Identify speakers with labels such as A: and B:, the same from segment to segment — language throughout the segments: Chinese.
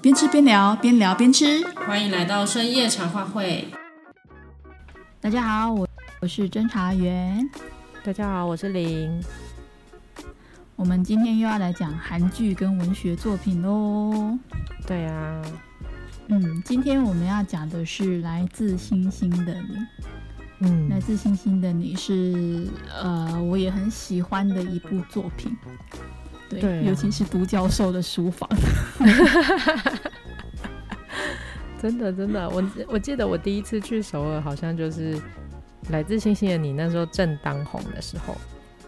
A: 边吃边聊，边聊边吃。
B: 欢迎来到深夜茶话会。
A: 大家好，我我是侦查员。
C: 大家好，我是林。
A: 我们今天又要来讲韩剧跟文学作品喽。
C: 对啊，
A: 嗯，今天我们要讲的是《来自星星的你》。
C: 嗯
A: 来自星星的你是》呃，我也很喜欢的一部作品。对，
C: 对啊
A: 尤其是独角兽的书房。
C: 真的真的，我我记得我第一次去首尔，好像就是《来自星星的你》那时候正当红的时候，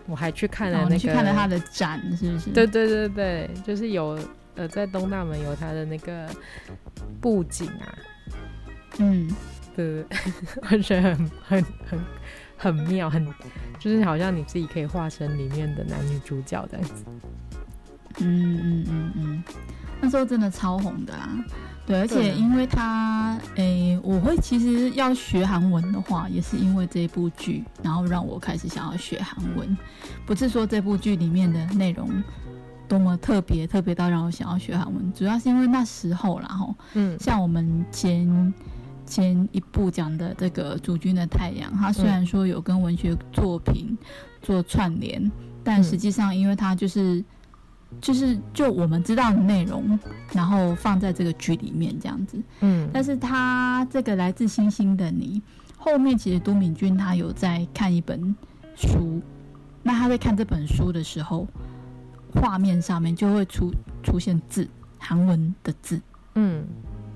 C: 我还去看了
A: 然
C: 那
A: 后
C: 个。
A: 你去看了他的展，是不是？
C: 对对对对，就是有呃，在东大门有他的那个布景啊，
A: 嗯，
C: 对，我觉得很很很很妙，很就是好像你自己可以化身里面的男女主角这样子。
A: 嗯嗯嗯嗯，那时候真的超红的啦。啊对，而
C: 对
A: 且
C: 啊
A: 因为他，诶、我会其实要学韩文的话，也是因为这部剧，然后让我开始想要学韩文。不是说这部剧里面的内容多么特别，特别到让我想要学韩文，主要是因为那时候啦，吼，
C: 嗯
A: 像我们前前一部讲的这个《主君的太阳》，它虽然说有跟文学作品做串联，但
C: 嗯
A: 实际上因为它就是就是就我们知道的内容，然后放在这个剧里面这样子。
C: 嗯，
A: 但是它这个来自星星的你后面，其实都敏俊他有在看一本书，那他在看这本书的时候，画面上面就会出出现字，韩文的字。
C: 嗯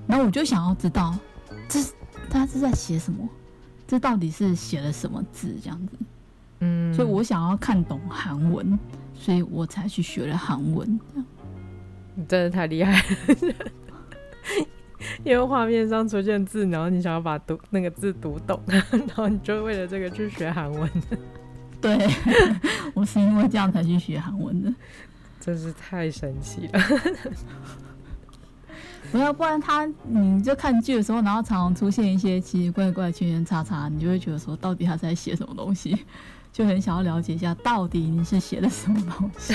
A: 然后我就想要知道，这是他是在写什么？这到底是写了什么字？这样子，
C: 嗯，
A: 所以我想要看懂韩文，所以我才去学了韩文。
C: 你真的太厉害 了。因为画面上出现字，然后你想要把读那个字读懂， 然后你就为了这个去学韩文，
A: 对， 我是因为这样才去学韩文的。
C: 真是太神奇了。
A: 不要，不然他你就看剧的时候，然后常常出现一些奇奇怪怪、圈圈叉叉，你就会觉得说，到底他在写什么东西？ 就很想要了解一下，到底你是写的什么东西。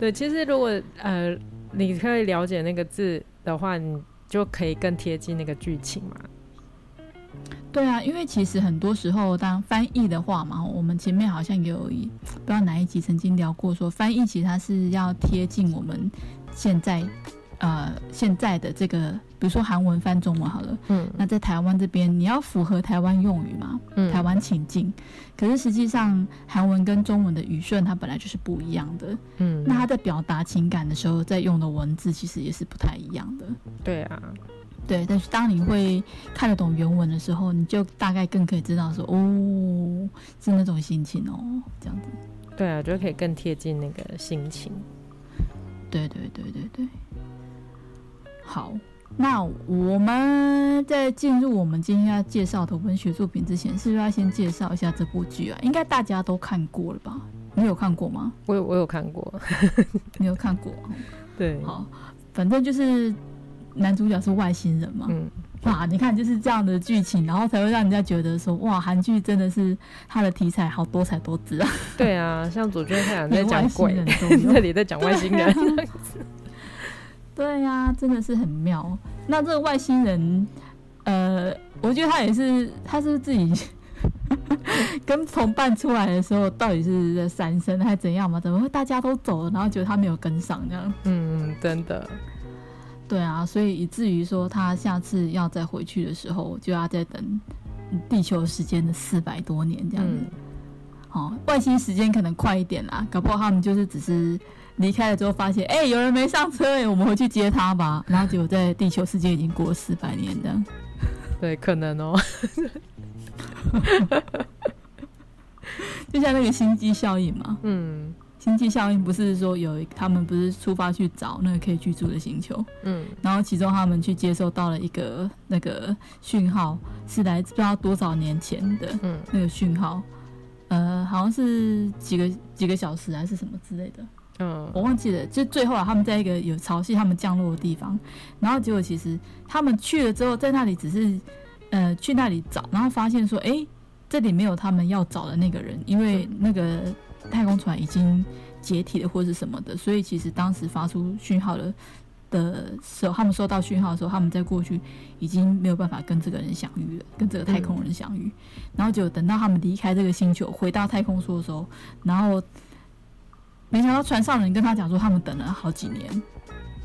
C: 对，其实如果呃，你可以了解那个字的话，你就可以更贴近那个剧情嘛。
A: 对啊，因为其实很多时候，当翻译的话嘛，我们前面好像也有一不知道哪一集曾经聊过说翻译其实它是要贴近我们现在呃现在的这个，比如说韩文翻中文好了，
C: 嗯
A: 那在台湾这边你要符合台湾用语嘛，
C: 嗯
A: 台湾情境，可是实际上韩文跟中文的语顺它本来就是不一样的，
C: 嗯，
A: 那它在表达情感的时候，在用的文字其实也是不太一样的。
C: 对啊，
A: 对，但是当你会看得懂原文的时候，你就大概更可以知道说，哦，是那种心情哦，这样子。
C: 对啊，就可以更贴近那个心情。
A: 对对对对对。好，那我们在进入我们今天要介绍的文学作品之前，是不是要先介绍一下这部剧啊？应该大家都看过了吧？你有看过吗？
C: 我有我有看过，
A: 你有看过啊？
C: 对，
A: 好，反正就是男主角是外星人嘛。
C: 嗯，
A: 哇，你看就是这样的剧情，然后才会让人家觉得说，哇，韩剧真的是它的题材好多彩多姿 啊，
C: 对啊，像左娟太阳在
A: 连外
C: 讲
A: 星
C: 鬼
A: 人，都
C: 这
A: 有。
C: 里在讲外星人，
A: 对呀、真的是很妙。那这个外星人，呃，我觉得他也是，他是不是自己 跟同伴出来的时候，到底是在三生还是怎样嘛？怎么会大家都走了，然后觉得他没有跟上这样？
C: 嗯，真的，
A: 对啊，所以以至于说他下次要再回去的时候，就要再等地球时间的四百多年这样子。
C: 嗯
A: 哦，外星时间可能快一点啦，搞不好他们就是只是离开了之后发现，哎、有人没上车、哎，我们回去接他吧。然后结果在地球世界已经过了四百年这样。
C: 对，可能哦，
A: 就像那个星际效应嘛，
C: 嗯
A: 星际效应不是说有一他们不是出发去找那个可以居住的星球，
C: 嗯，
A: 然后其中他们去接收到了一个那个讯号，是来自不知道多少年前的，
C: 嗯
A: 那个讯号。呃，好像是几个几个小时还是什么之类的，
C: 嗯
A: 我忘记了，就最后啊，他们在一个有潮汐，他们降落的地方，然后结果其实他们去了之后，在那里只是呃去那里找，然后发现说，诶，这里没有他们要找的那个人，因为那个太空船已经解体了或是什么的，所以其实当时发出讯号的的时候，他们收到讯号的时候，他们在过去已经没有办法跟这个人相遇了，跟这个太空人相遇。然后就等到他们离开这个星球，回到太空梭的时候，然后没想到船上人跟他讲说，他们等了好几年，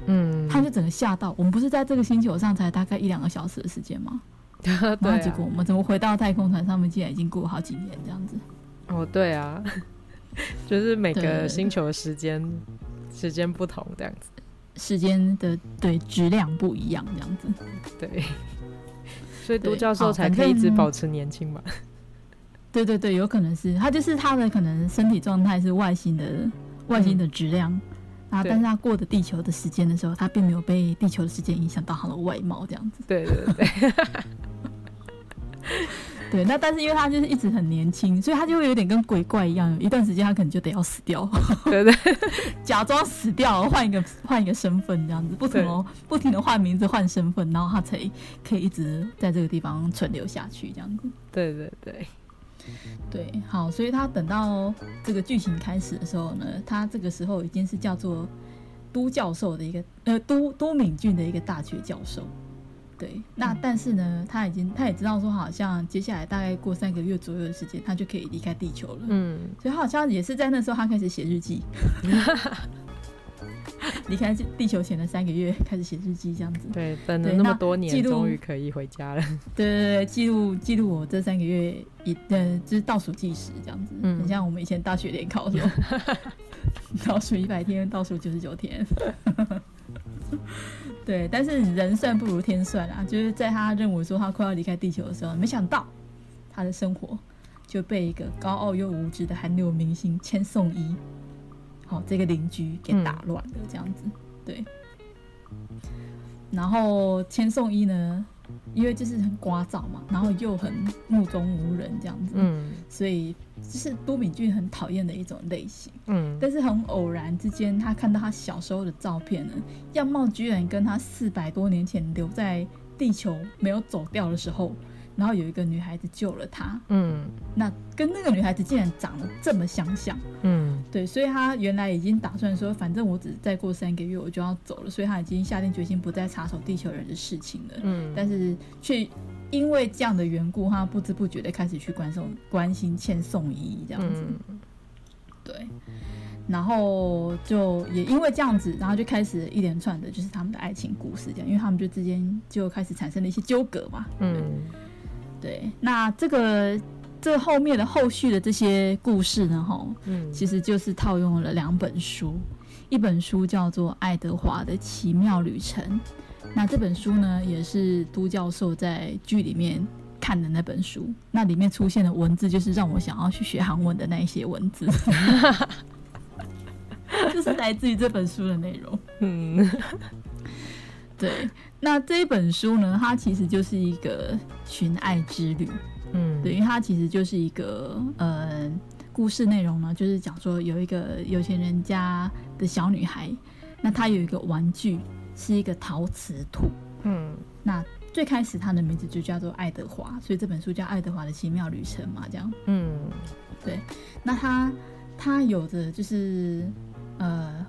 C: 嗯，
A: 他就整个吓到。我们不是在这个星球上才大概一两个小时的时间吗？
C: 对
A: 然后结
C: 啊
A: 果我们怎么回到太空船上面，竟然已经过好几年这样子。
C: 哦，对啊， 就是每
A: 对对
C: 个
A: 对
C: 星球的时间时间不同，这样子。
A: 时间的对质量不一样，这样子。
C: 对，所
A: 对
C: 以都教
A: 好
C: 授才
A: 哦反
C: 可以一直
A: 正
C: 保持年轻 嘛。
A: 对对对，有可能是他就是他的可能身体状态是外星的外星的质量，啊，
C: 对
A: 但是他过的地球的时间的时候，他并没有被地球的时间影响到他的外貌这样子。
C: 对对对，
A: 对，那但是因为他就是一直很年轻，所以他就会有点跟鬼怪一样，有一段时间他可能就得要死掉，
C: 对对
A: 假装死掉，换一个换一个身份这样子，不停的不停的换名字换身份，然后他才可以一直在这个地方存留下去这样子。
C: 对对对，
A: 对，好，所以他等到这个剧情开始的时候呢，他这个时候已经是叫做都教授的一个呃都都敏俊的一个大学教授。对，那但是呢，他已经他也知道说，好像接下来大概过三个月左右的时间，他就可以离开地球了。
C: 嗯，
A: 所以他好像也是在那时候，他开始写日记。离开地球前的三个月开始写日记，这样子。
C: 对，等了
A: 对
C: 那么
A: 那
C: 多
A: 记
C: 年，
A: 录
C: 终于可以回家了。
A: 对对对，记录记录我这三个月一呃，就是倒数计时这样子，
C: 嗯
A: 很像我们以前大学联考的时候，倒数一百天，倒数九十九天。 对，但是人算不如天算啊，就是在他认为说他快要离开地球的时候，没想到他的生活就被一个高傲又无知的韩流明星千颂伊，好、这个邻居给打乱了这样子。对，然后千颂伊呢，因为就是很聒噪嘛，然后又很目中无人这样子，
C: 嗯
A: 所以就是都敏俊很讨厌的一种类型。
C: 嗯，
A: 但是很偶然之间，他看到他小时候的照片呢，样貌居然跟他四百多年前留在地球没有走掉的时候，然后有一个女孩子救了他，
C: 嗯
A: 那跟那个女孩子竟然长得这么相像。
C: 嗯
A: 对，所以他原来已经打算说，反正我只再过三个月我就要走了，所以他已经下定决心不再插手地球人的事情了。
C: 嗯，
A: 但是却因为这样的缘故，他不知不觉的开始去关心关心千颂伊这样子。
C: 嗯
A: 对，然后就也因为这样子，然后就开始一连串的就是他们的爱情故事，这样，因为他们就之间就开始产生了一些纠葛嘛。
C: 嗯
A: 对，那这个这后面的后续的这些故事呢，哈，
C: 嗯，
A: 其实就是套用了两本书，一本书叫做《爱德华的奇妙旅程》，那这本书呢也是都教授在剧里面看的那本书，那里面出现的文字就是让我想要去学韩文的那一些文字， 就是来自于这本书的内容。
C: 嗯
A: 对，那这一本书呢，它其实就是一个寻爱之旅。
C: 嗯
A: 对，因为它其实就是一个呃故事内容呢，就是讲说有一个有钱人家的小女孩，那她有一个玩具是一个陶瓷兔，
C: 嗯
A: 那最开始她的名字就叫做爱德华，所以这本书叫《爱德华的奇妙旅程》嘛，这样。
C: 嗯
A: 那她她有着就是呃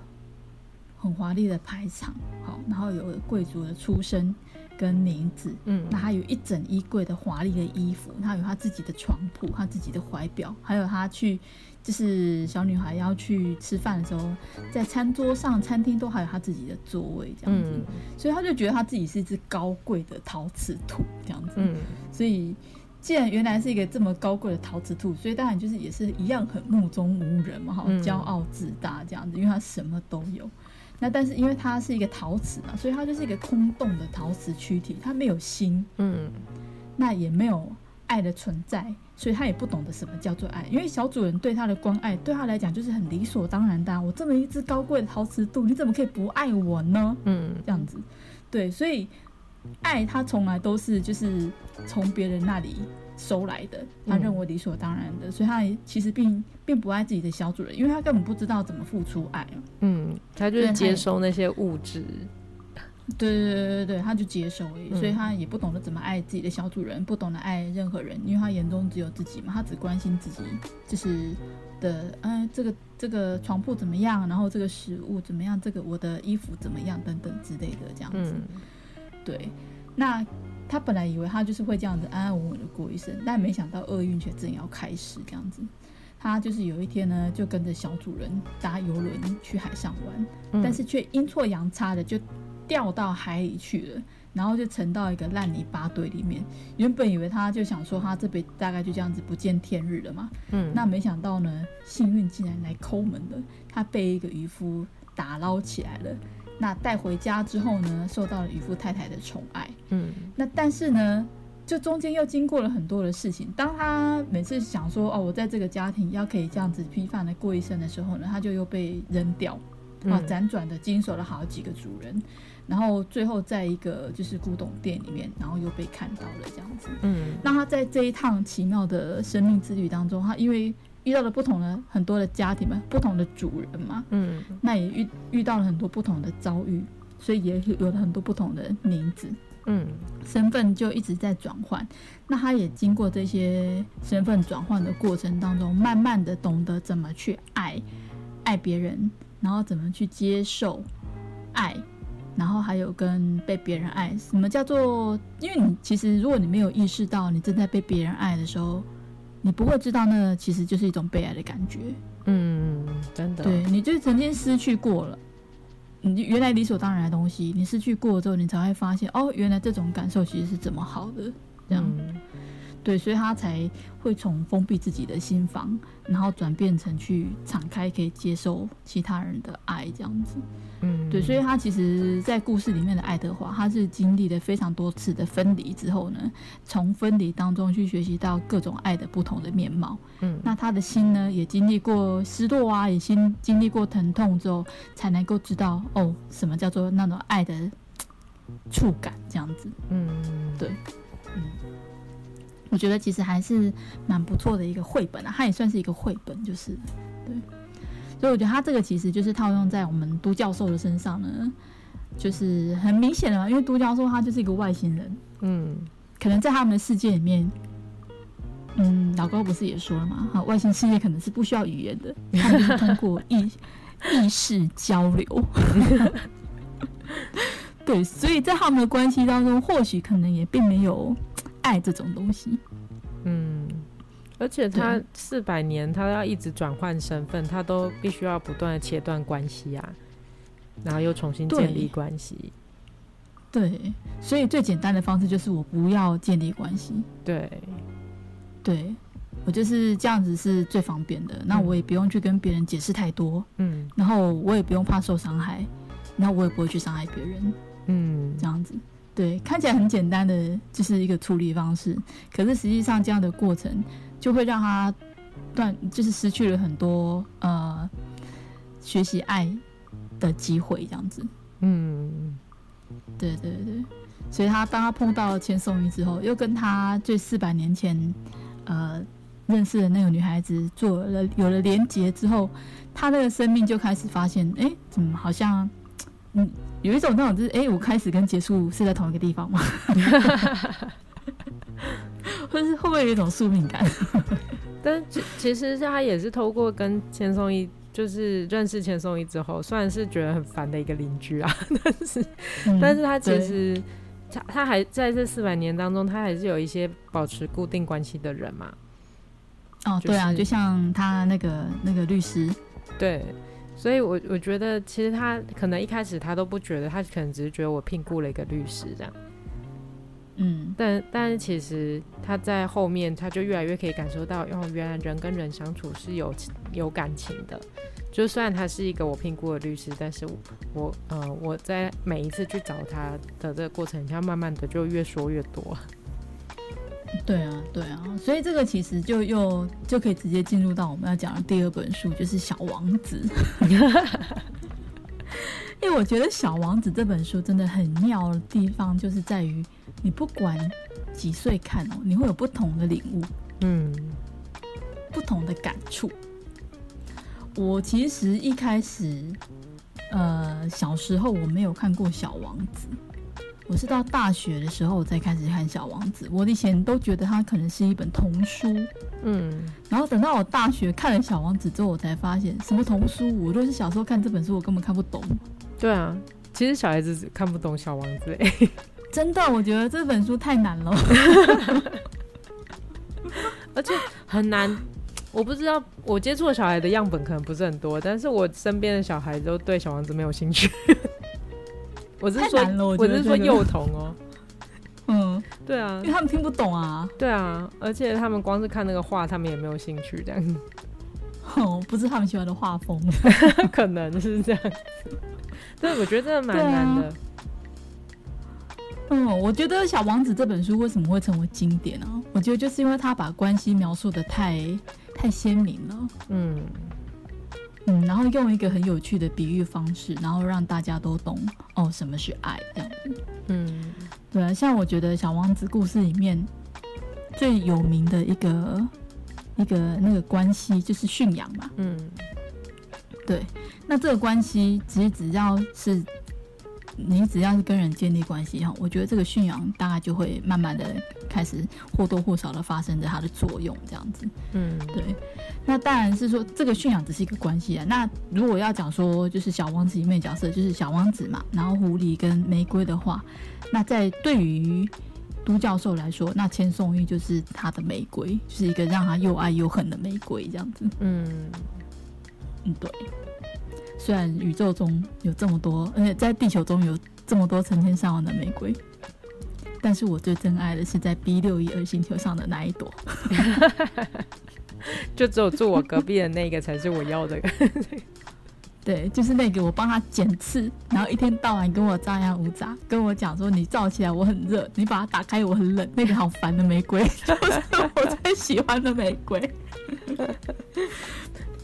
A: 很华丽的排场，好，然后有贵族的出身跟名字，
C: 嗯，
A: 那他有一整衣柜的华丽的衣服，他有他自己的床铺，他自己的怀表，还有他去就是小女孩要去吃饭的时候，在餐桌上、餐厅都还有他自己的座位这样子，
C: 嗯
A: 所以他就觉得他自己是一只高贵的陶瓷兔这样子。
C: 嗯
A: 所以既然原来是一个这么高贵的陶瓷兔，所以当然就是也是一样很目中无人嘛，哈，
C: 嗯
A: 骄傲自大这样子，因为它什么都有。那但是因为它是一个陶瓷嘛，所以它就是一个空洞的陶瓷躯体，它没有心，
C: 嗯
A: 那也没有爱的存在，所以他也不懂得什么叫做爱。因为小主人对他的关爱，对他来讲就是很理所当然的啊、我这么一只高贵的陶瓷度，你怎么可以不爱我呢？
C: 嗯
A: 这样子，对，所以爱他从来都是就是从别人那里收来的，他
C: 嗯
A: 认为理所当然的，所以他也其实并并不爱自己的小主人，啊因为他根本不知道怎么付出爱嘛。
C: 嗯，他就是接收那些物质，
A: 对对对对对，他就接受而已，
C: 嗯
A: 所以他也不懂得怎么爱自己的小主人，不懂得爱任何人，因为他眼中只有自己嘛，他只关心自己，就是的，嗯、这个这个床铺怎么样，然后这个食物怎么样，这个我的衣服怎么样，等等之类的这样子。
C: 嗯，
A: 对，那他本来以为他就是会这样子安安稳稳的过一生，但没想到厄运却正要开始这样子。他就是有一天呢，就跟着小主人搭游轮去海上玩，
C: 嗯
A: 但是却阴错阳差的就掉到海里去了，然后就沉到一个烂泥巴堆里面。原本以为他就想说他这辈子大概就这样子不见天日了嘛，
C: 嗯
A: 那没想到呢，幸运竟然来抠门了，他被一个渔夫打捞起来了。那带回家之后呢，受到了渔夫太太的宠爱。
C: 嗯
A: 那但是呢，就中间又经过了很多的事情。当他每次想说哦，我在这个家庭要可以这样子平凡的过一生的时候呢，他就又被扔掉。啊，
C: 嗯
A: 辗转的经手了好几个主人，然后最后在一个就是古董店里面，然后又被看到了这样子。
C: 嗯
A: 那他在这一趟奇妙的生命之旅当中，他因为遇到了不同的很多的家庭嘛，不同的主人嘛，
C: 嗯
A: 那也遇遇到了很多不同的遭遇，所以也有了很多不同的名字。
C: 嗯
A: 身份就一直在转换，那他也经过这些身份转换的过程当中，慢慢的懂得怎么去爱，爱别人，然后怎么去接受爱，然后还有跟被别人爱，什么叫做？因为你其实如果你没有意识到你正在被别人爱的时候，你不会知道那其实就是一种被爱的感觉。
C: 嗯，真的，
A: 对，你就曾经失去过了，你原来理所当然的东西，你失去过之后，你才会发现，哦，原来这种感受其实是这么好的，这样、
C: 嗯
A: 对，所以他才会从封闭自己的心房，然后转变成去敞开，可以接受其他人的爱，这样子。
C: 嗯，
A: 对，所以他其实，在故事里面的爱德华，他是经历了非常多次的分离之后呢，从分离当中去学习到各种爱的不同的面貌。
C: 嗯
A: 那他的心呢，也经历过失落啊，也经经历过疼痛之后，才能够知道哦，什么叫做那种爱的嘖触感，这样子。
C: 嗯
A: 对我觉得其实还是蛮不错的一个绘本啊，它也算是一个绘本，就是对。所以我觉得它这个其实就是套用在我们都教授的身上呢，就是很明显的嘛，因为都教授他就是一个外星人，
C: 嗯
A: 可能在他们的世界里面，嗯，老高不是也说了嘛，哈，外星世界可能是不需要语言的，他们就是通过意意识交流。 对，所以在他们的关系当中，或许可能也并没有爱这种东西。
C: 嗯，而且他四百年，他要一直转换身份，他都必须要不断的切断关系啊，然后又重新建立
A: 对
C: 关系，
A: 对，所以最简单的方式就是我不要建立关系，
C: 对，
A: 对我就是这样子是最方便的。那
C: 嗯
A: 我也不用去跟别人解释太多，
C: 嗯
A: 然后我也不用怕受伤害，那我也不会去伤害别人，
C: 嗯
A: 这样子。对，看起来很简单的就是一个处理方式，可是实际上这样的过程就会让他断，就是失去了很多呃学习爱的机会，这样子。
C: 嗯
A: 对对对，所以他当他碰到了千颂伊之后，又跟他最四百年前呃认识的那个女孩子做了有了连结之后，他那个生命就开始发现，哎，怎么好像嗯有一种那种就是哎，诶我开始跟结束是在同一个地方吗？或是会不会有一种宿命感？
C: 但其其实他也是透过跟千颂伊，就是认识千颂伊之后，虽然是觉得很烦的一个邻居啊，但是、
A: 嗯
C: 但是他其
A: 对
C: 实他他还在这四百年当中，他还是有一些保持固定关系的人嘛，
A: 哦，
C: 就是
A: 对啊，就像他那个那个律师，
C: 对。所以我，我觉得其实他可能一开始他都不觉得，他可能只是觉得我聘雇了一个律师这样，
A: 嗯，
C: 但但是其实他在后面他就越来越可以感受到，哦，原来人跟人相处是有有感情的。就虽然他是一个我评估的律师，但是我我呃我在每一次去找他的这个过程，他慢慢的就越说越 多。
A: 对啊，对啊，所以这个其实就又就可以直接进入到我们要讲的第二本书，就是《小王子》。 因为我觉得《小王子》这本书真的很妙的地方，就是在于你不管几岁看哦，你会有不同的领悟、
C: 嗯
A: 不同的感触。我其实一开始，呃，呃，小时候我没有看过《小王子》，我是到大学的时候我才开始看《小王子》。我以前都觉得它可能是一本童书，
C: 嗯，
A: 然后等到我大学看了《小王子》之后，我才发现什么童书，我都是小时候看这本书，我根本看不懂。
C: 对啊，其实小孩子看不懂《小王子》欸，
A: 真的，我觉得这本书太难了。
C: 而且很难。我不知道，我接触的小孩的样本可能不是很多，但是我身边的小孩都对《小王子》没有兴趣。 我是
A: 太
C: 说
A: 难了我，觉
C: 我
A: 得
C: 是说
A: 这个
C: 幼童哦。
A: 嗯，
C: 对啊
A: 因为，他们听不懂啊。
C: 对啊，而且他们光是看那个画，他们也没有兴趣，这样
A: 哦，不是他们喜欢的画风。
C: 可能是这样。对，我觉得真的蛮难的。
A: 嗯，我觉得《小王子》这本书为什么会成为经典啊？我觉得就是因为他把关系描述的太太鲜明了，
C: 嗯，
A: 嗯，然后用一个很有趣的比喻方式，然后让大家都懂哦什么是爱这样。
C: 嗯，
A: 对啊，像我觉得《小王子》故事里面最有名的一个一个那个关系就是驯养嘛，
C: 嗯，
A: 对，那这个关系其实只要是你只要是跟人建立关系哈，我觉得这个驯养大概就会慢慢的开始或多或少的发生着它的作用，这样子。
C: 嗯，
A: 对，那当然是说这个驯养只是一个关系啊。那如果要讲说就是小王子里面的角色就是小王子嘛，然后狐狸跟玫瑰的话，那在对于都教授来说，那千颂伊就是他的玫瑰，就是一个让他又爱又恨的玫瑰这样子。
C: 嗯，
A: 嗯，对。虽然宇宙中有这么多，而且在地球中有这么多成千上万的玫瑰，但是我最珍爱的是在 B 六一二星球上的那一朵。
C: 就只有住我隔壁的那个才是我要的。
A: 对，就是那个我帮他剪刺，然后一天到晚跟我张牙舞爪，跟我讲说你照起来我很热，你把它打开我很冷，那个好烦的玫瑰， 就是我最喜欢的玫瑰。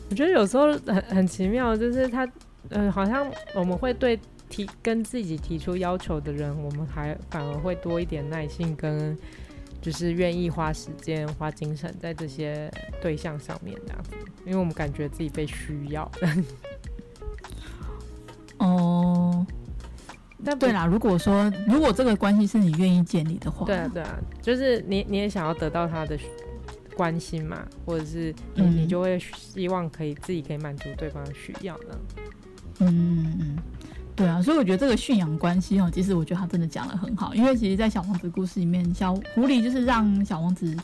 C: 我觉得有时候很很奇妙，就是他，呃，好像我们会对提跟自己提出要求的人，我们还反而会多一点耐性，跟就是愿意花时间、花精神在这些对象上面这样子，因为我们感觉自己被需 要。
A: 哦，
C: 但不
A: 对啦，哦如果说如果这个关系是你愿意建立的话，
C: 对啊，对啊，就是你你也想要得到他的需关心嘛，或者是你、
A: 嗯
C: 你就会希望可以自己可以满足对方的需要呢。
A: 嗯嗯嗯，对啊，所以我觉得这个驯养关系哦，其实我觉得他真的讲的很好，因为其实，在小王子故事里面，小狐狸就是让小王子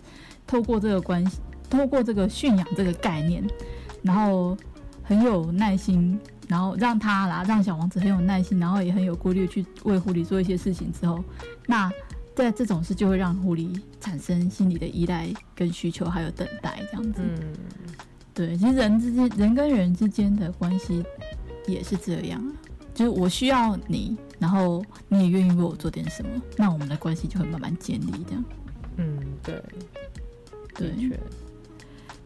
A: 透过这个关系，透过这个驯养这个概念，然后很有耐心，然后让他啦，让小王子很有耐心，然后也很有规律去为狐狸做一些事情之后，那在这种事就会让狐狸产生心理的依赖、跟需求，还有等待这样子。
C: 嗯，
A: 对，其实人之间，人跟人之间的关系也是这样啊，就是我需要你，然后你也愿意为我做点什么，那我们的关系就会慢慢建立，这样。
C: 嗯，对，
A: 对
C: 的确，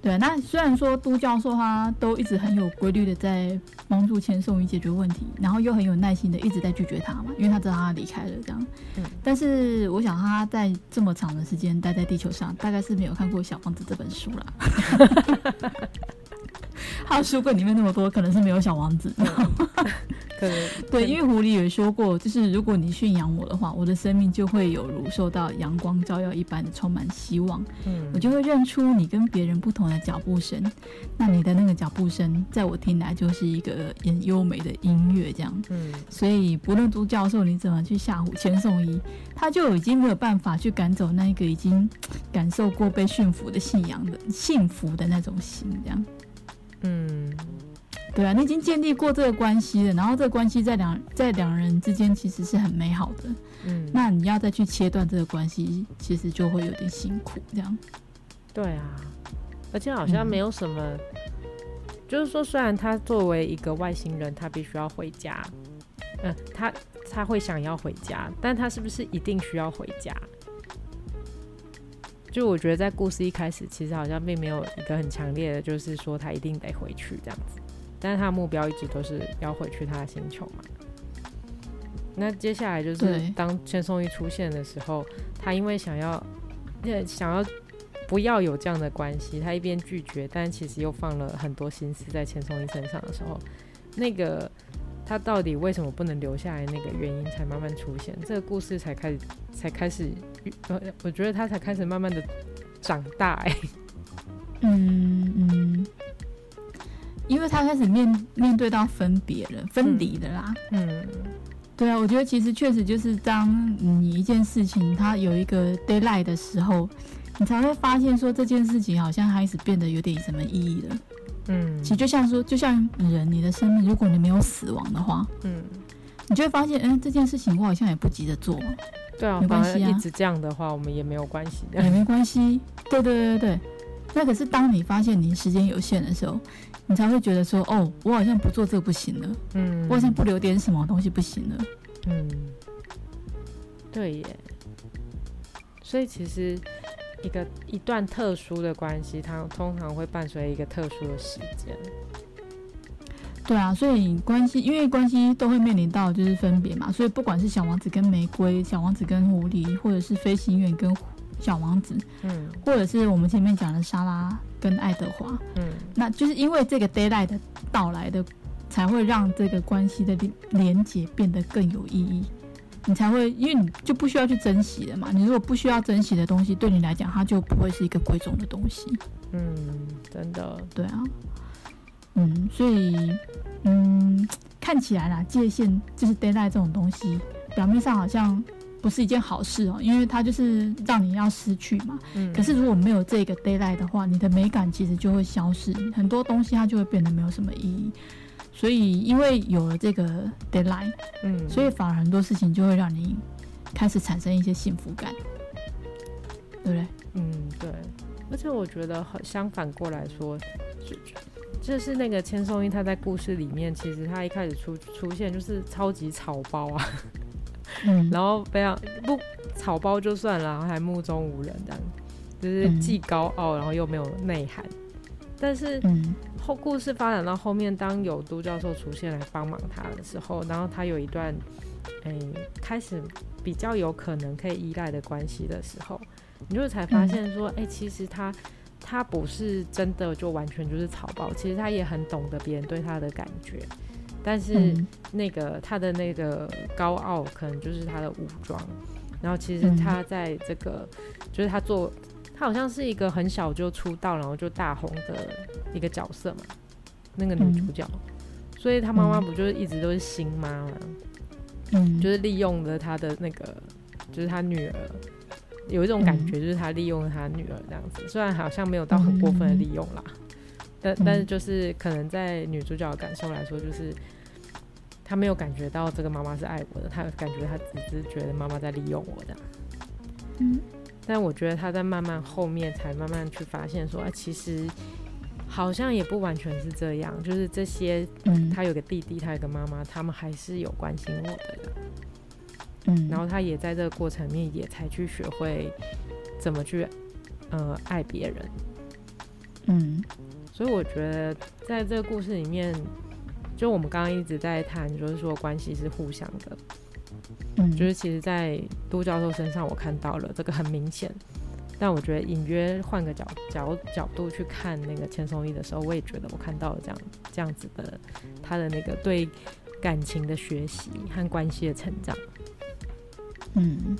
A: 对，那虽然说都教授他都一直很有规律的在帮助千颂伊解决问题，然后又很有耐心的一直在拒绝他嘛，因为他知道他离开了这样。
C: 嗯
A: 但是我想他在这么长的时间待在地球上，大概是没有看过《小王子》这本书啦。 他的书柜里面那么多，可能是没有《小王子》
C: 可能
A: 对，因为狐狸也说过，就是如果你驯养我的话，我的生命就会有如受到阳光照耀一般的充满希望。
C: 嗯
A: 我就会认出你跟别人不同的脚步声，那你的那个脚步声，在我听来就是一个很优美的音乐，这样。
C: 嗯
A: 所以不论朱教授你怎么去吓唬千颂伊，他就已经没有办法去赶走那一个已经感受过被驯服的信仰的幸福的那种心，这样。
C: 嗯
A: 对啊，你已经建立过这个关系了，然后这个关系在两在两人之间其实是很美好的。
C: 嗯，
A: 那你要再去切断这个关系，其实就会有点辛苦。这样，
C: 对啊，而且好像
A: 嗯
C: 没有什么，就是说，虽然他作为一个外星人，他必须要回家，嗯、他他会想要回家，但他是不是一定需要回家？就我觉得在故事一开始，其实好像并没有一个很强烈的，就是说他一定得回去这样子，但是他的目标一直都是要回去他的星球嘛。那接下来就是
A: 对
C: 当千颂伊出现的时候，他因为想要，呃想要不要有这样的关系，他一边拒绝，但其实又放了很多心思在千颂伊身上的时候，那个他到底为什么不能留下来那个原因才慢慢出现，这个故事才开始才开始，呃，我觉得他才开始慢慢的长大、哎，
A: 嗯嗯，因为他开始面面对到分别了，分离的啦。
C: 嗯
A: 对啊，我觉得其实确实就是当你一件事情它有一个 d a y l i g h t 的时候，你才会发现说这件事情好像开始变得有点什么意义了。
C: 嗯
A: 其实就像说，就像人你的生命，如果你没有死亡的话，
C: 嗯，
A: 你就会发现，嗯，这件事情我好像也不急着做嘛，
C: 对啊
A: 没，
C: 反
A: 关
C: 而
A: 系啊
C: 一直这样的话，我们也没有关系的
A: 也。没关系。对对对对对。那可是当你发现你时间有限的时候，你才会觉得说，哦，我好像不做这个不行了，
C: 嗯，
A: 我好像不留点什么东西不行了。
C: 嗯，对耶。所以其实一个一段特殊的关系，它通常会伴随一个特殊的时间。
A: 对啊，所以关系，因为关系都会面临到就是分别嘛，所以不管是小王子跟玫瑰，小王子跟狐狸，或者是飞行员跟小王子，
C: 嗯
A: 或者是我们前面讲的莎拉跟爱德华，
C: 嗯
A: 那就是因为这个 d a y l i g h t 的到来的，才会让这个关系的连连结变得更有意义，你才会，因为你就不需要去珍惜了嘛，你如果不需要珍惜的东西，对你来讲它就不会是一个贵重的东西。
C: 嗯，真的，
A: 对啊，嗯，所以嗯，看起来啦，界限就是 d a y l i g h t 这种东西，表面上好像不是一件好事哦、因为它就是让你要失去嘛。
C: 嗯，
A: 可是如果没有这个 d a y l i g h t 的话，你的美感其实就会消失，很多东西它就会变得没有什么意义。所以，因为有了这个 d a y l i g h t
C: 嗯，
A: 所以反而很多事情就会让你开始产生一些幸福感，对不对？
C: 嗯，对，而且我觉得很相反过来说，就就是那个千颂伊，他在故事里面，其实他一开始出出现就是超级草包啊，
A: 嗯，
C: 然后非常不草包就算了，然后还目中无人这样，就是
A: 嗯
C: 既高傲，然后又没有内涵。但是
A: 嗯
C: 后故事发展到后面，当有都教授出现来帮忙他的时候，然后他有一段，诶、开始比较有可能可以依赖的关系的时候，你就才发现说，诶、其实他他不是真的就完全就是草包，其实他也很懂得别人对他的感觉，但是
A: 嗯
C: 那个他的那个高傲，可能就是他的武装。然后其实
A: 嗯
C: 他在这个，就是他做，他好像是一个很小就出道，然后就大红的一个角色嘛，那个女主角。所以他妈妈
A: 嗯
C: 不就是一直都是新妈嘛，
A: 嗯，
C: 就是利用了他的那个，就是他女儿。有一种感觉，就是他利用了他女儿这样子，虽然好像没有到很过分的利用啦，但
A: 嗯
C: 但是就是可能在女主角的感受来说，就是她没有感觉到这个妈妈是爱我的，她感觉她只是觉得妈妈在利用我这样。
A: 嗯
C: 但我觉得她在慢慢后面才慢慢去发现说，哎、其实好像也不完全是这样，就是这些
A: 嗯
C: 她有个弟弟，她有个妈妈，他们还是有关心我的这样。
A: 嗯，
C: 然后他也在这个过程里面也才去学会怎么去呃爱别人。
A: 嗯
C: 所以我觉得在这个故事里面，就我们刚刚一直在谈，就是说关系是互相的，
A: 嗯，
C: 就是其实，在都教授身上我看到了这个很明显。但我觉得隐约换个角角角度去看那个千颂伊的时候，我也觉得我看到了这样这样子的他的那个对感情的学习和关系的成长。
A: 嗯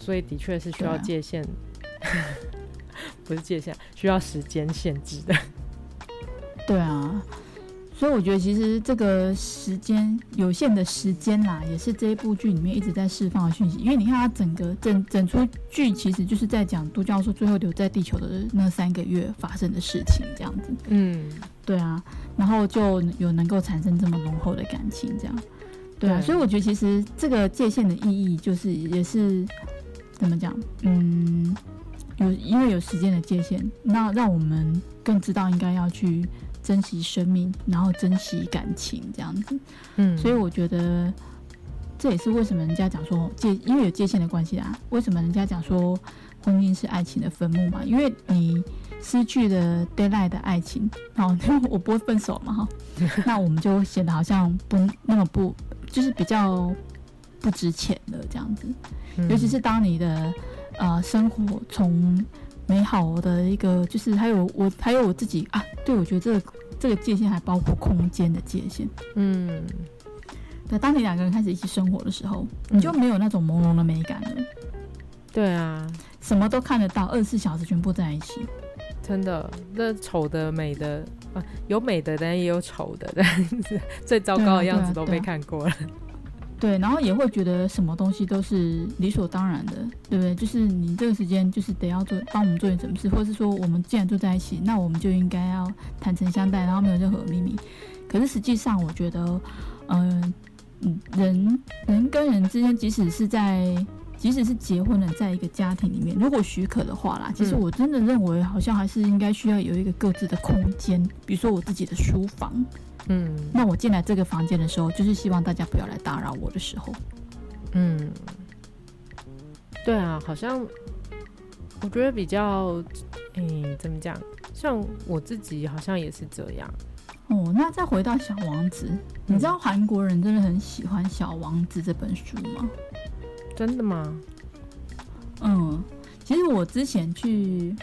C: 所以的确是需要
A: 对啊
C: 界限， 不是界限，需要时间限制的。
A: 对啊，所以我觉得其实这个时间有限的时间啦，也是这一部剧里面一直在释放的讯息。因为你看它整个整整出剧其实就是在讲都教授最后留在地球的那三个月发生的事情，这样子。
C: 嗯，
A: 对啊，然后就有能够产生这么浓厚的感情，这样。对啊，
C: 对
A: 所以我觉得其实这个界限的意义就是也是怎么讲，嗯，有因为有时间的界限，那让我们更知道应该要去珍惜生命，然后珍惜感情这样子。
C: 嗯
A: 所以我觉得这也是为什么人家讲说界，因为有界限的关系啊，为什么人家讲说婚姻是爱情的坟墓嘛？因为你失去了 d a y l i g h t 的爱情，哦，那我不会分手嘛哈， 那我们就显得好像不那么不，就是比较不值钱了这样子。
C: 嗯
A: 尤其是当你的呃生活从美好的一个，就是还有我还有我自己啊，对我觉得这个这个界限还包括空间的界限。
C: 嗯，
A: 对，当你两个人开始一起生活的时候，你就没有那种朦胧的美感了，
C: 对啊，
A: 什么都看得到，二十四小时全部在一起。
C: 真的，那丑的、美的啊，有美的，但也有丑的，但是 最糟糕的样子都被看过了。
A: 啊对，然后也会觉得什么东西都是理所当然的，对不对？就是你这个时间就是得要做，帮我们做点什么事，或是说我们既然住在一起，那我们就应该要坦诚相待，然后没有任何秘密。可是实际上，我觉得，嗯、嗯，人人跟人之间，即使是在即使是结婚了，在一个家庭里面，如果许可的话啦，其实
C: 嗯
A: 我真的认为好像还是应该需要有一个各自的空间，比如说我自己的书房。啊
C: 嗯
A: 那我进来这个房间的时候，就是希望大家不要来打扰我的时候。
C: 嗯，对啊，好像我觉得比较，嗯，怎么讲？像我自己好像也是这样。
A: 哦，那再回到《小王子》
C: 嗯
A: 你知道韩国人真的很喜欢《小王子》这本书吗？
C: 真的吗？
A: 嗯，其实我之前去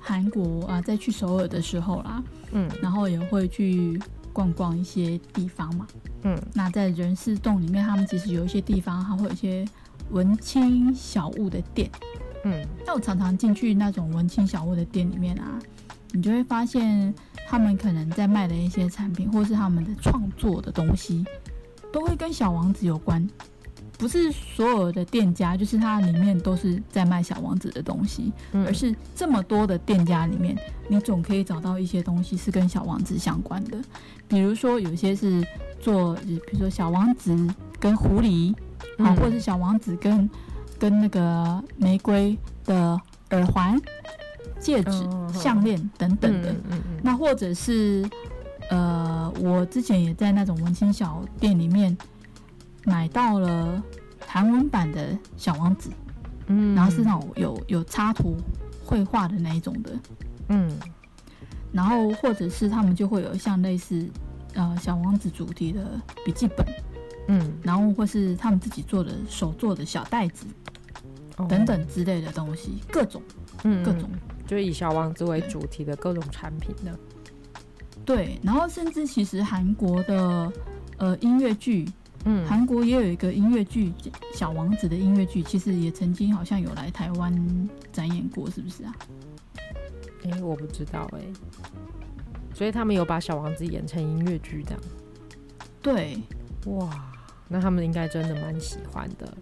A: 韩国啊，在去首尔的时候啦，
C: 嗯
A: 然后也会去逛逛一些地方嘛。
C: 嗯
A: 那在人事洞里面，他们其实有一些地方，它会有一些文青小物的店。
C: 嗯
A: 那我常常进去那种文青小屋的店里面啊，你就会发现他们可能在卖的一些产品，或是他们的创作的东西，都会跟小王子有关。不是所有的店家，就是它里面都是在卖小王子的东西，
C: 嗯
A: 而是这么多的店家里面，你总可以找到一些东西是跟小王子相关的。比如说，有些是做，比如说小王子跟狐狸，啊，
C: 嗯
A: 或者是小王子跟跟那个玫瑰的耳环、戒指、
C: 哦
A: 项链等等的。
C: 嗯嗯嗯
A: 那或者是呃，我之前也在那种文青小店里面买到了韩文版的《小王子》，
C: 嗯
A: 然后是那种有有插图绘画的那一种的。
C: 嗯
A: 然后或者是他们就会有像类似呃小王子主题的笔记本，
C: 嗯
A: 然后或是他们自己做的手做的小袋子。
C: 哦
A: 等等之类的东西，各种
C: 嗯
A: 各种、
C: 嗯就以小王子为主题的各种产品的。
A: 对，然后甚至其实韩国的呃音乐剧，
C: 嗯
A: 韩国也有一个音乐剧《小王子》的音乐剧，其实也曾经好像有来台湾展演过，是不是啊？
C: 哎、我不知道哎、所以他们有把小王子演成音乐剧这样，
A: 对
C: 哇，那他们应该真的蛮喜欢的。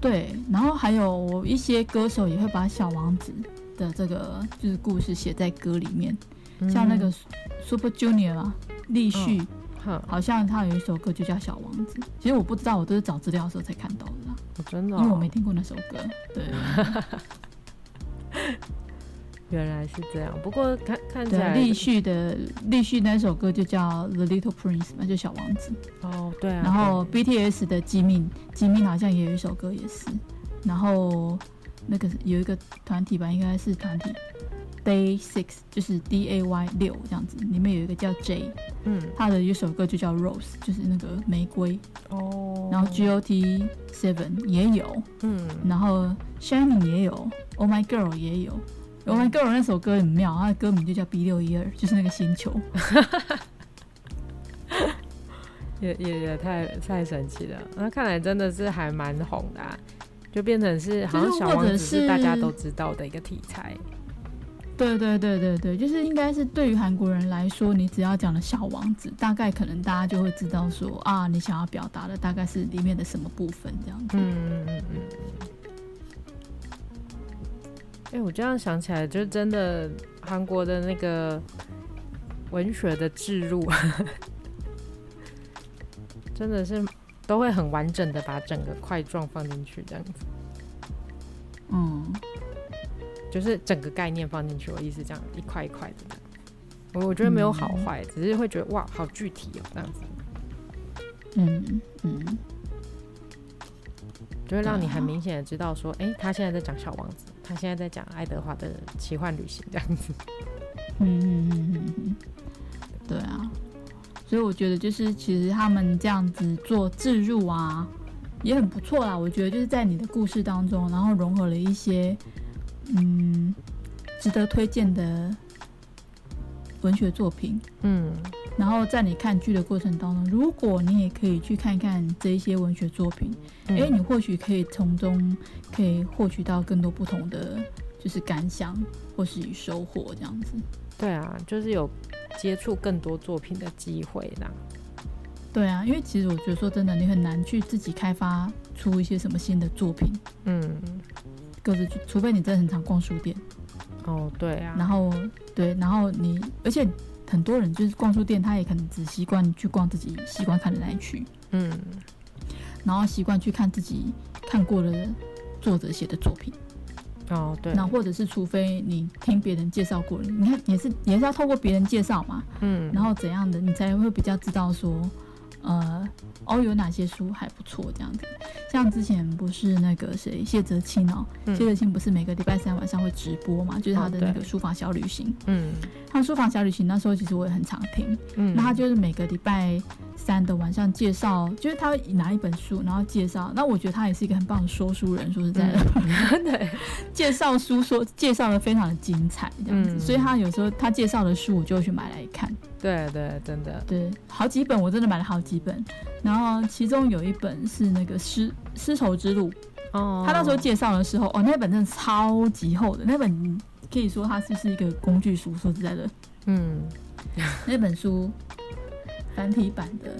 A: 对，然后还有一些歌手也会把小王子的这个就是故事写在歌里面，
C: 嗯
A: 像那个 Super Junior 啊，立旭、
C: 哼，
A: 好像他有一首歌就叫《小王子》，其实我不知道，我都是找资料的时候才看到的啦。
C: 我真的、
A: 因为我
C: 哦
A: 没，听过那首歌。对，
C: 原来是这样。不过看看起
A: 对，
C: 来
A: 立旭的立旭那首歌就叫《The Little Prince》嘛，就小王子。
C: 哦，对啊。
A: 然后
C: 对
A: BTS 的吉敏，吉敏好像也有一首歌也是。然后那个有一个团体吧，应该是团体 Day Six，就是 D A Y 六这样子，里面有一个叫 J，
C: 嗯
A: 他的一首歌就叫 Rose，就是那个玫瑰。
C: 哦，
A: 然后 G O T Seven 也有，
C: 嗯
A: 然后 Shining 也有，Oh My Girl 也有。Oh My Girl 那首歌很妙，它的歌名就叫 B 六一二，就是那个星球。
C: 也也也太太神奇了。那看来真的是还蛮红的、啊，就变成是好像
A: 就是
C: 小
A: 或
C: 王
A: 者
C: 子
A: 是
C: 是大家都知道的一个题材。
A: 对对对对对，就是应该是对于韩国人来说，你只要讲了小王子，大概可能大家就会知道说啊，你想要表达的大概是里面的什么部分这样子。
C: 嗯嗯嗯嗯。哎、我这样想起来，就真的韩国的那个文学的置入， 真的是都会很完整的把整个块状放进去，这样子，
A: 嗯，
C: 就是整个概念放进去。我意思这样一块一块的这样，我我觉得没有好坏，只是会觉得哇，好具体哦，这样子，
A: 嗯嗯，
C: 就会让你很
A: 对啊
C: 明显的知道说，哎、他现在在讲小王子，他现在在讲爱德华的奇幻旅行这样子。
A: 嗯嗯嗯嗯嗯，对啊，所以我觉得就是其实他们这样子做置入啊，也很不错啦。我觉得就是在你的故事当中，然后融合了一些嗯值得推荐的，我文学作品，
C: 嗯，
A: 然后在你看剧的过程当中，如果你也可以去看看这一些文学作品，
C: 嗯
A: 因为你或许可以从中可以获取到更多不同的就是感想或是与收获这样子。
C: 对啊，就是有接触更多作品的机会啦。
A: 对啊，因为其实我觉得说真的，你很难去自己开发出一些什么新的作品，
C: 嗯，
A: 各自去，除非你真的很常逛书店，
C: 哦，对啊，
A: 然后对，然后你，而且很多人就是逛书店，他也可能只习惯去逛自己习惯看的那一区，
C: 嗯，
A: 然后习惯去看自己看过的作者写的作品，
C: 哦，对，
A: 那或者是除非你听别人介绍过的，你看也是也是要透过别人介绍嘛，
C: 嗯，
A: 然后怎样的你才会比较知道说，呃，哦有哪些书还不错这样子。像之前不是那个谁谢哲青哦，
C: 嗯
A: 谢哲青不是每个礼拜三晚上会直播嘛，就是他的
C: 哦
A: 那
C: 对
A: 个书法小旅行。
C: 嗯
A: 他书法小旅行那时候其实我也很常听，
C: 嗯，
A: 那他就是每个礼拜三的晚上介绍，就是他会拿一本书然后介绍。那我觉得他也是一个很棒的说书人，说实在
C: 嗯
A: 的，
C: 对，
A: 介绍书说介绍的非常的精彩这样子，
C: 嗯
A: 所以他有时候他介绍的书我就会去买来看。
C: 对对，真的，
A: 对，好几本我真的买了好几本，然后其中有一本是那个丝丝绸之路，
C: 哦，
A: 他那时候介绍的时候，哦，那本真的超级厚的，那本可以说它就是一个工具书，说实在的，
C: 嗯，
A: 那本书繁体版的。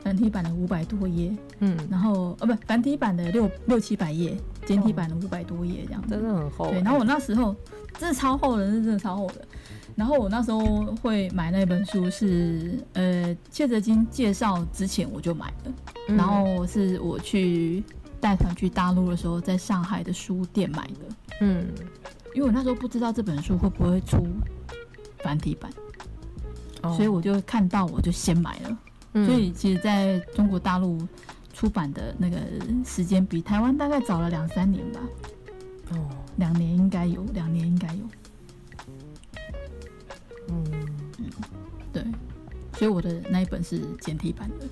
A: 繁体版的五百多页，
C: 嗯，
A: 然后呃不，繁体版的六六七百页，简体版的五百多页这样子。
C: 真的很厚欸，
A: 对，然后我那时候真的超厚的，是真的超厚的。然后我那时候会买那本书是，呃，谢哲金介绍之前我就买了，
C: 嗯
A: 然后是我去带团去大陆的时候，在上海的书店买的，
C: 嗯，
A: 因为我那时候不知道这本书会不会出繁体版，
C: 哦嗯
A: 所以我就看到我就先买了。所以其实在中国大陆出版的那个时间比台湾大概早了两三年吧，
C: 嗯哦，
A: 两年应该有，两年应该有。
C: 嗯，
A: 对，所以我的那一本是简体版的。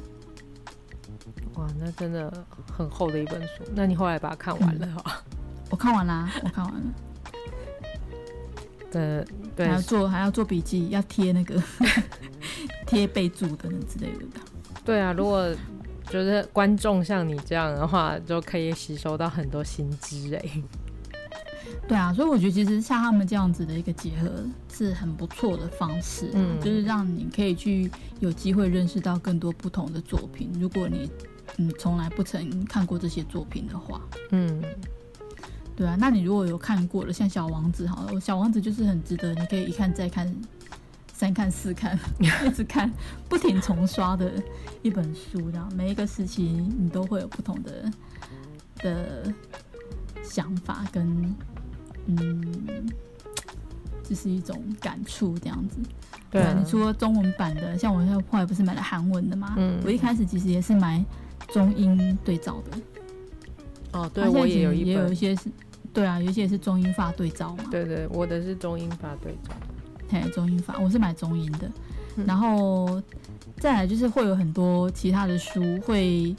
C: 哇，那真的很厚的一本书，那你后来把它看完了哈？
A: 我看完啦，我看完了，嗯
C: 对对
A: 还，要做还要做笔记，要贴那个 贴备注等等之类的。
C: 对啊，如果就是观众像你这样的话，就可以吸收到很多新知哎、
A: 对啊，所以我觉得其实像他们这样子的一个结合是很不错的方式啊、
C: 嗯
A: 就是让你可以去有机会认识到更多不同的作品。如果你嗯从来不曾看过这些作品的话，
C: 嗯，
A: 对啊，那你如果有看过了，像《小王子》好了，《小王子》就是很值得，你可以一看再看，三看四看， 一直看，不停重刷的一本书，这样每一个时期你都会有不同的的想法跟嗯，就是一种感触这样子。
C: 对啊
A: 你除了中文版的，像我现在后来不是买了韩文的嘛，
C: 嗯
A: 我一开始其实也是买中英对照的，
C: 哦，对
A: 它啊现
C: 我
A: 在其
C: 也有
A: 实
C: 一
A: 也有
C: 本
A: 一，些是，对啊，有一些也是中英法对照嘛，
C: 对对，我的是中英法对照，
A: 嘿，中英法，我是买中英的，
C: 嗯
A: 然后再来就是会有很多其他的书，会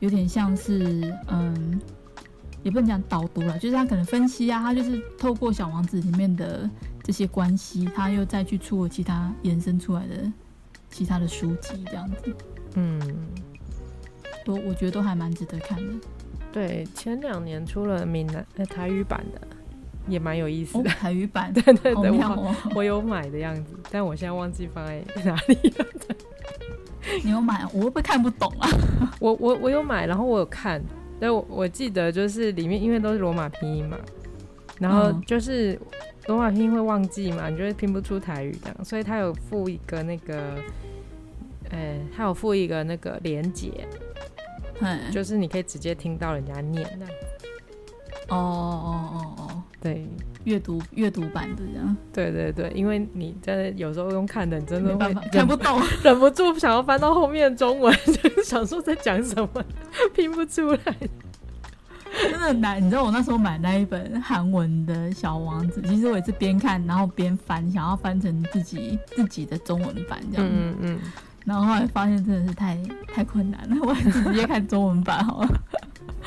A: 有点像是嗯，也不能讲导读了，就是他可能分析啊，他就是透过《小王子》里面的这些关系，他又再去出了其他延伸出来的其他的书籍，这样子
C: 嗯，
A: 都我觉得都还蛮值得看的。
C: 对，前两年出了闽南呃台语版的，也蛮有意 思
A: 哦，
C: 的，
A: 台语版
C: 对对
A: 好
C: 对，
A: 妙
C: 我
A: 哦，
C: 我有买的样子，但我现在忘记放在哪里了。
A: 你有买？我会不会看不懂啊？
C: 我我我有买，然后我有看，但我我记得就是里面因为都是罗马拼音嘛，然后
A: 嗯
C: 就是罗马拼音会忘记嘛，你就会拼不出台语这样，所以它有附一个那个，呃，它有附一个那个连接，
A: 嗯，
C: 就是你可以直接听到人家念的，
A: 哦哦哦哦，
C: 对。
A: 阅读阅读版的这样，
C: 对对对，因为你真的有时候用看的，你真的
A: 没
C: 会
A: 办法，看
C: 忍
A: 不懂。
C: 忍不住想要翻到后面的中文， 就是想说在讲什么， 拼不出来。
A: 真的很难。你知道我那时候买那一本韩文的《小王子》，其实我也是边看然后边翻，想要翻成自己自己的中文版这样。
C: 嗯嗯
A: 然后后来发现真的是太太困难了，我还是直接看中文版好了。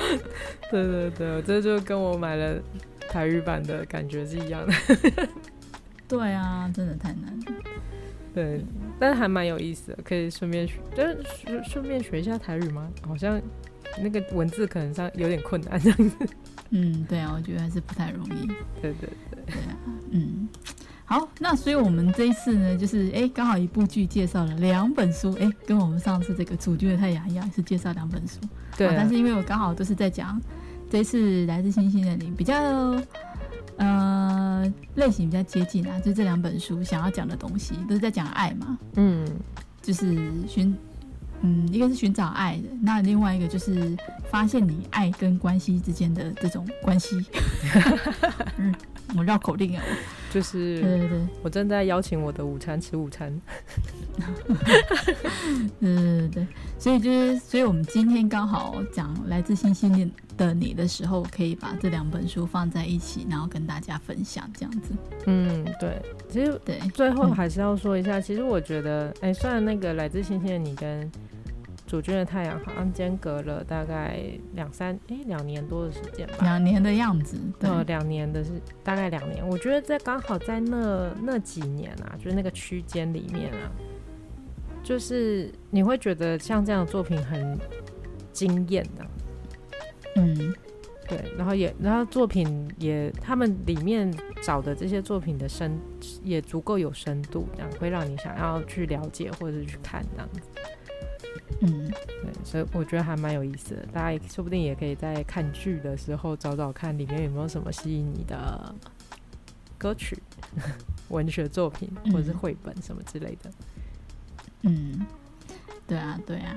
C: 嗯， 对对对，这就跟我买了台语版的感觉是一样的。
A: 对啊，真的太难了。
C: 对，但是还蛮有意思的，可以顺便学，就是顺顺便学一下台语吗？好像那个文字可能上有点困难这 样子。
A: 嗯，对啊，我觉得还是不太容易。
C: 对对对，
A: 嗯，好，那所以我们这一次呢，就是哎，刚好一部剧介绍了两本书，哎，跟我们上次这个《主角的太阳》一样，也是介绍两本书。
C: 对
A: 啊
C: 啊，
A: 但是因为我刚好都是在讲这一次《来自星星的你》比较呃类型比较接近啊，就这两本书想要讲的东西都是在讲爱嘛，
C: 嗯，
A: 就是寻嗯一个是寻找爱的，那另外一个就是发现你爱跟关系之间的这种关 系。 嗯，我绕口令啊，我
C: 就是
A: 对对对。
C: 我正在邀请我的午餐吃午餐。
A: 对对对对，所以就是，所以我们今天刚好讲《来自星星的你》的时候，可以把这两本书放在一起，然后跟大家分享这样子。
C: 嗯，对，其实
A: 对，
C: 最后
A: 嗯
C: 还是要说一下，其实我觉得，哎、虽然那个来自星星的你跟主君的太阳好像间隔了大概两三哎两、年多的时间吧，
A: 两年的样子，对，
C: 呃，两年的是大概两年，我觉得在刚好在那那几年啊，就是那个区间里面啊，就是你会觉得像这样的作品很惊艳的、
A: 嗯
C: 对，然后也然后作品也他们里面找的这些作品的深也足够有深度，这样会让你想要去了解或者是去看这样子，
A: 嗯，
C: 对，所以我觉得还蛮有意思的，大家也说不定也可以在看剧的时候找找看里面有没有什么吸引你的歌曲、 文学作品或者是
A: 嗯
C: 绘本什么之类的。
A: 嗯，对啊，对啊。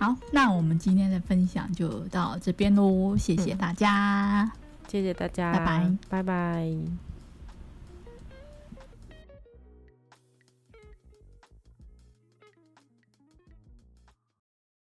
A: 好，那我们今天的分享就到这边喽，谢谢大家。
C: 谢谢大家，
A: 拜拜，
C: 拜拜。